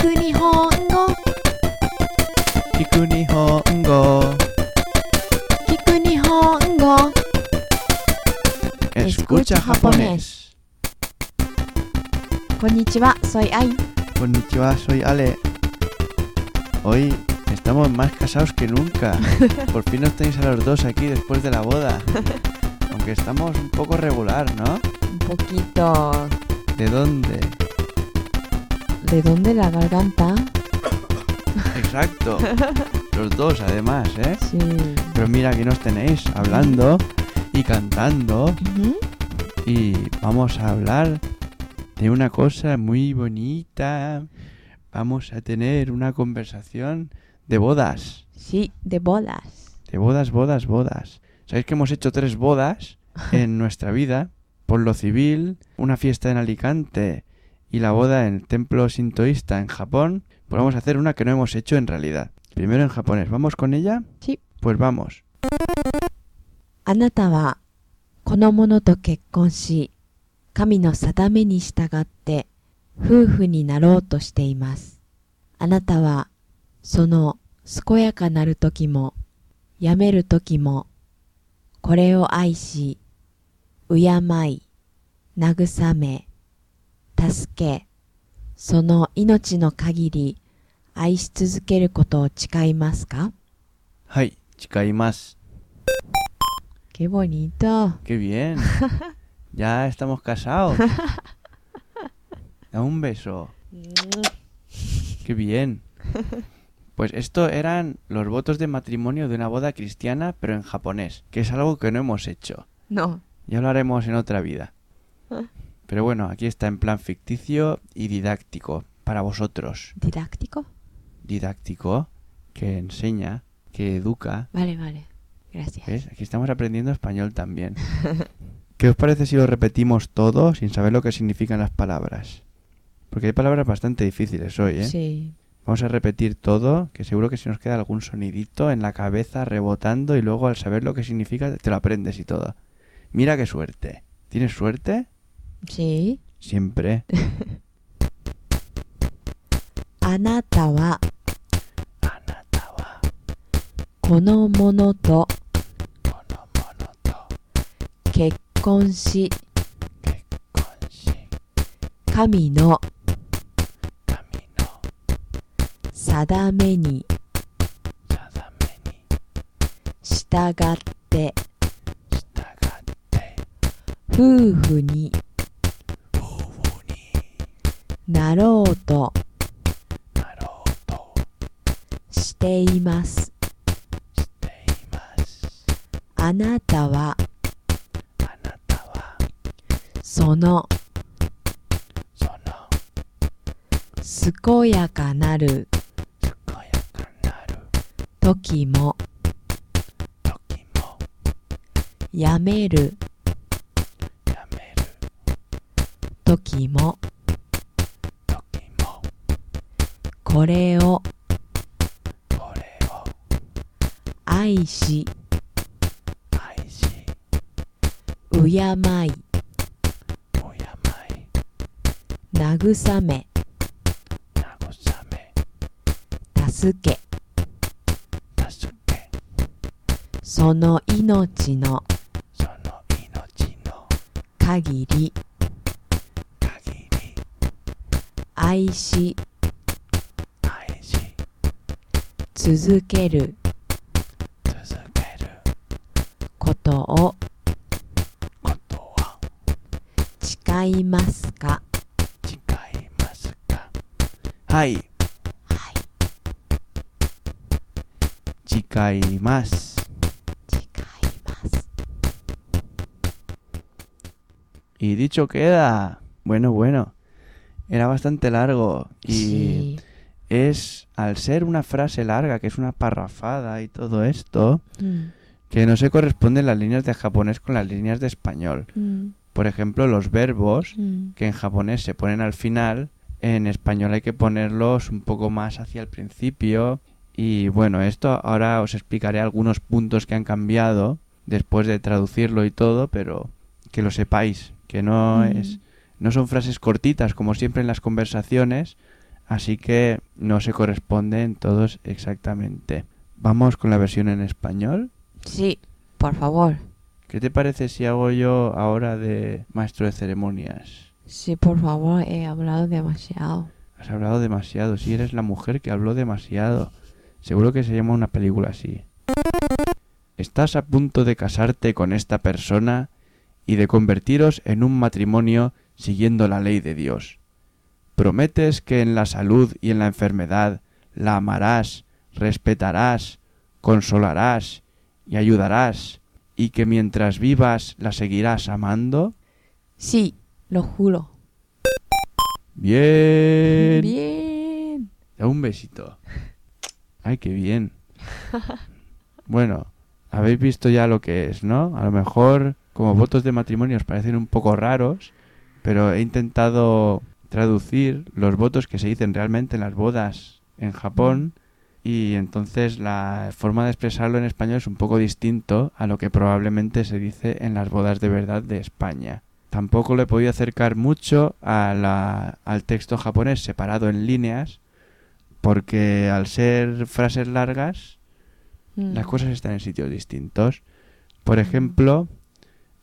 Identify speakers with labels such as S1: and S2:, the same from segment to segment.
S1: く日本語
S2: 聞く日本語
S1: 聞く日本語 Escucha japonés. こんにちは、ソイアイ
S2: Konnichiwa, soy Ale. Hoy estamos más casados que nunca. Por fin nos tenéis a los dos aquí después de la boda. Aunque estamos un poco regular, ¿no?
S1: Un poquito
S2: ¿De dónde?
S1: ¿De dónde la garganta?
S2: Exacto. Los dos, además, ¿eh?
S1: Sí
S2: Pero mira, aquí nos tenéis hablando y cantando.
S1: Ujú.
S2: Y vamos a hablar de una cosa muy bonita. Vamos a tener una conversación de bodas.
S1: Sí, de bodas
S2: De bodas, bodas, bodas. ¿Sabéis que hemos hecho tres bodas en nuestra vida? Por lo civil, una fiesta en Alicante y la boda en el templo sintoísta en Japón. Pues vamos a hacer una que no hemos hecho en realidad. Primero en japonés. ¿Vamos con ella?
S1: Sí.
S2: Pues vamos.
S1: あなたはこの者と結婚し神の定めに従って夫婦になろうとしていますあなたはその健やかなる時も病める時もこれを愛し敬い慰め助けその命の限り愛し続けることを誓いますか
S2: Hi, chica y más.
S1: ¡Qué bonito!
S2: Qué bien. ya estamos casados. Da un beso. Qué bien. Pues esto eran los votos de matrimonio de una boda cristiana, pero en japonés, que es algo que no hemos hecho.
S1: No.
S2: Ya lo haremos en otra vida. Pero bueno, aquí está en plan ficticio y didáctico, para vosotros.
S1: ¿Didáctico?
S2: Didáctico, que enseña, que educa.
S1: Vale, vale. Gracias.
S2: ¿Ves? Aquí estamos aprendiendo español también. ¿Qué os parece si lo repetimos todo sin saber lo que significan las palabras? Porque hay palabras bastante difíciles hoy, ¿eh?
S1: Sí.
S2: Vamos a repetir todo, que seguro que si nos queda algún sonidito en la cabeza rebotando y luego al saber lo que significa te lo aprendes y todo. Mira qué suerte. ¿Tienes suerte?
S1: Sí.
S2: Siempre.
S1: あなたは
S2: Anata wa
S1: この者と
S2: kono mono to
S1: 結婚し、
S2: kekkonshi
S1: 神の
S2: kamino
S1: 定めに
S2: sadame ni
S1: 従って、
S2: shitagatte
S1: 夫婦に
S2: fufu ni
S1: なろうと
S2: narou to
S1: しています。
S2: shite imasu.
S1: あなたは、
S2: Anata wa
S1: その、
S2: sono
S1: 健やかなる
S2: tsukoyaka naru
S1: 時も、
S2: toki mo
S1: やめる
S2: yameru
S1: 時も、
S2: toki mo
S1: これを
S2: kore o
S1: 愛し、
S2: aishi
S1: 敬い、
S2: muyamai
S1: 慰め、
S2: nagosame
S1: 助け、
S2: tasuke
S1: その命の
S2: sono inochi no
S1: 限り
S2: kagiri
S1: 愛し
S2: aishi
S1: 続ける
S2: tsuzukeru
S1: ことを
S2: koto wa
S1: 誓いますか
S2: chikaimasu ka hai
S1: はい。
S2: chikaimasu
S1: 誓います。
S2: Y dicho queda. Bueno, bueno. Era bastante largo. Y
S1: し、
S2: es, al ser una frase larga, que es una parrafada y todo esto,
S1: うん。
S2: que no se corresponden las líneas de japonés con las líneas de español.
S1: うん。
S2: Por ejemplo, los verbos
S1: うん。
S2: que en japonés se ponen al final, en español hay que ponerlos un poco más hacia el principio. Y bueno, esto ahora os explicaré algunos puntos que han cambiado después de traducirlo y todo, pero que lo sepáis, que no es no son frases cortitas como siempre en las conversaciones. así que no se corresponden todos exactamente. Vamos con la versión en español.
S1: Sí, por favor.
S2: ¿Qué te parece si hago yo ahora de maestro de ceremonias?
S1: Sí, por favor, he hablado demasiado.
S2: Has hablado demasiado, sí, eres la mujer que habló demasiado. Seguro que se llama una película así. Estás a punto de casarte con esta persona y de convertiros en un matrimonio siguiendo la ley de Dios. Prometes que en la salud y en la enfermedad la amarás, respetarás, consolarás y ayudarás, y que mientras vivas la seguirás amando?
S1: Sí, lo juro.
S2: Bien.
S1: Bien.
S2: Da un besito. Ay, qué bien. Bueno, habéis visto ya lo que es, ¿no? A lo mejor como votos de matrimonio os parecen un poco raros, pero he intentado traducir los votos que se dicen realmente en las bodas en Japón y entonces la forma de expresarlo en español es un poco distinto a lo que probablemente se dice en las bodas de verdad de España. Tampoco lo he podido acercar mucho a la- al texto japonés separado en líneas porque al ser frases largas
S1: Mm.
S2: las cosas están en sitios distintos. Por ejemplo,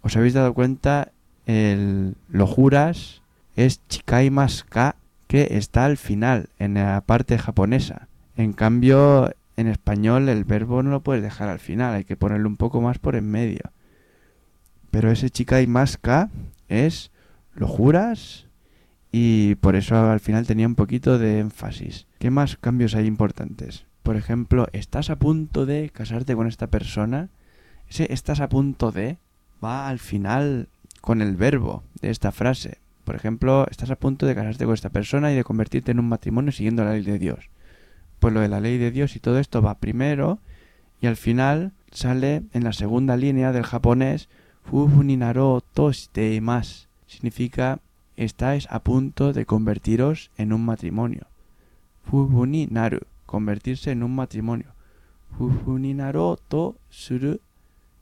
S2: ¿os habéis dado cuenta? El lo juras es chikai más ka que está al final, en la parte japonesa. En cambio, en español el verbo no lo puedes dejar al final, hay que ponerlo un poco más por en medio. Pero ese chikai más ka es lo juras y por eso al final tenía un poquito de énfasis. ¿Qué más cambios hay importantes? Por ejemplo, estás a punto de casarte con esta persona. Ese estás a punto de va al final con el verbo de esta frase. Por ejemplo, estás a punto de casarte con esta persona y de convertirte en un matrimonio siguiendo la ley de Dios. Pues lo de la ley de Dios y todo esto va primero y al final sale en la segunda línea del japonés "Fufu ni naro to más Significa estáis a punto de convertiros en un matrimonio. Fufu ni naru, convertirse en un matrimonio. Fufu ni naro to suru,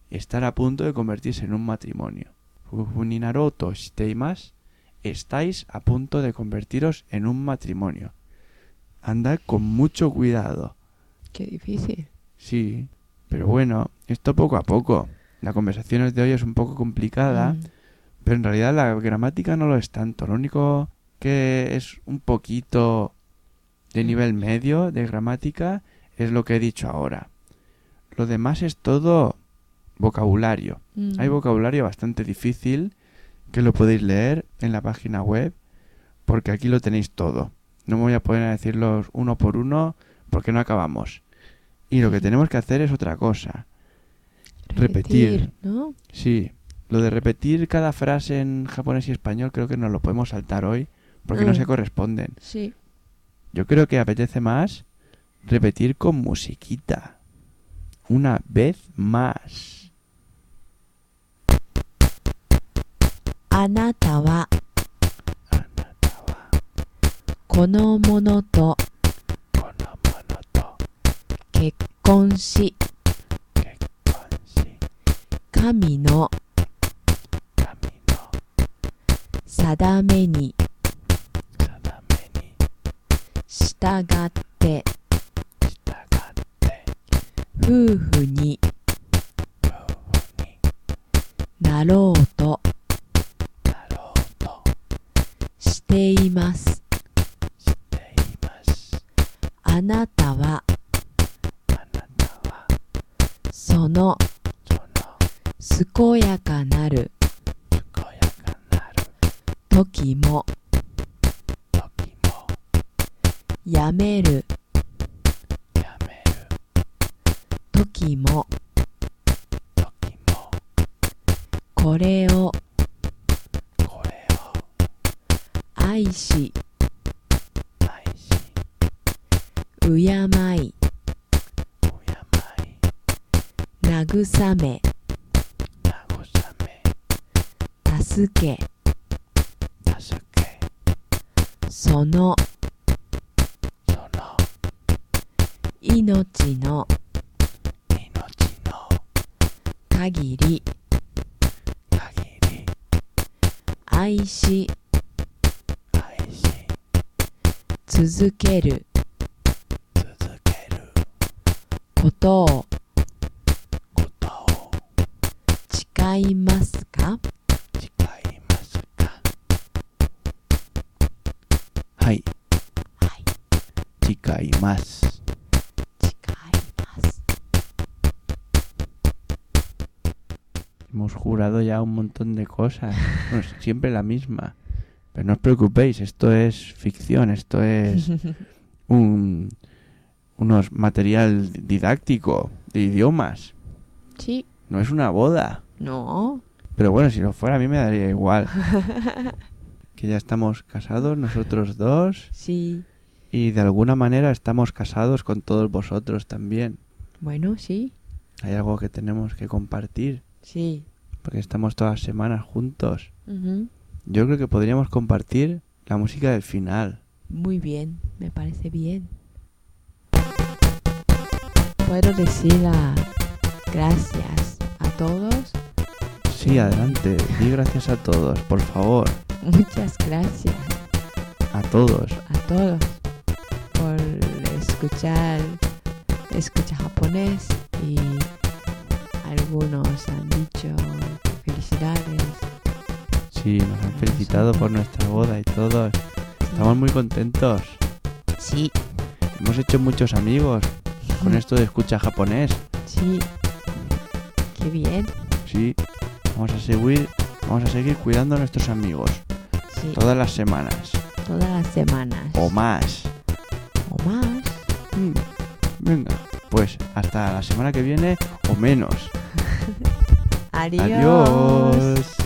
S2: estar a punto de convertirse en un matrimonio. Fufu ni naro to shiteimasu, estáis a punto de convertiros en un matrimonio. Andad con mucho cuidado.
S1: Qué difícil.
S2: Sí, pero bueno, esto poco a poco. La conversación de hoy es un poco complicada.
S1: Mm.
S2: Pero en realidad la gramática no lo es tanto. Lo único que es un poquito de nivel medio de gramática es lo que he dicho ahora. Lo demás es todo vocabulario.
S1: Mm.
S2: Hay vocabulario bastante difícil que lo podéis leer en la página web porque aquí lo tenéis todo. No me voy a poner a decirlos uno por uno porque no acabamos. Y lo que
S1: Mm.
S2: tenemos que hacer es otra cosa. repetir.
S1: ¿no?
S2: Sí, lo de repetir cada frase en japonés y español creo que nos lo podemos saltar hoy porque no
S1: Mm.
S2: se corresponden.
S1: Sí.
S2: Yo creo que apetece más repetir con musiquita. Una vez más.
S1: Anata wa kono mono to kekkon shi kami no sadame ni shitagatte fufu ni narou to shite imasu. Anata wa sono sukoya ka naru toki mo yameru toki mo kore o ai shi uyamai nagusame tasuke sono inochi no kagiri aishi 続ける
S2: 続ける
S1: ことを
S2: ことを
S1: 誓いますか
S2: 誓いますか
S1: は
S2: はい
S1: い、
S2: 誓います
S1: 誓います。
S2: hemos jurado ya un montón de cosas Bueno, siempre la misma pero no os preocupéis esto es ficción esto es un unos material didáctico de idiomas
S1: sí,
S2: no es una boda
S1: no.
S2: Pero bueno, si lo fuera a mí me daría igual. que ya estamos casados nosotros dos
S1: Sí,
S2: y de alguna manera estamos casados con todos vosotros también.
S1: bueno, sí,
S2: Hay algo que tenemos que compartir
S1: sí.
S2: porque estamos todas las semanas juntos.
S1: Ujú.
S2: Yo creo que podríamos compartir la música del final.
S1: Muy bien, me parece bien. Puedo decir ah, gracias a todos.
S2: Sí, adelante. Di gracias a todos, por favor.
S1: Muchas gracias
S2: A todos.
S1: a todos por escuchar, escucha japonés y algunos han dicho felicidades.
S2: Sí, nos han felicitado por nuestra boda y todos. Estamos muy contentos.
S1: Sí,
S2: Hemos hecho muchos amigos con esto de escucha japonés.
S1: sí. Qué bien.
S2: Sí, vamos a seguir, vamos a seguir cuidando a nuestros amigos
S1: Sí,
S2: todas las semanas
S1: todas las semanas.
S2: o más.
S1: O más.
S2: Mm, Venga, pues hasta la semana que viene o menos.
S1: Adiós.
S2: Adiós.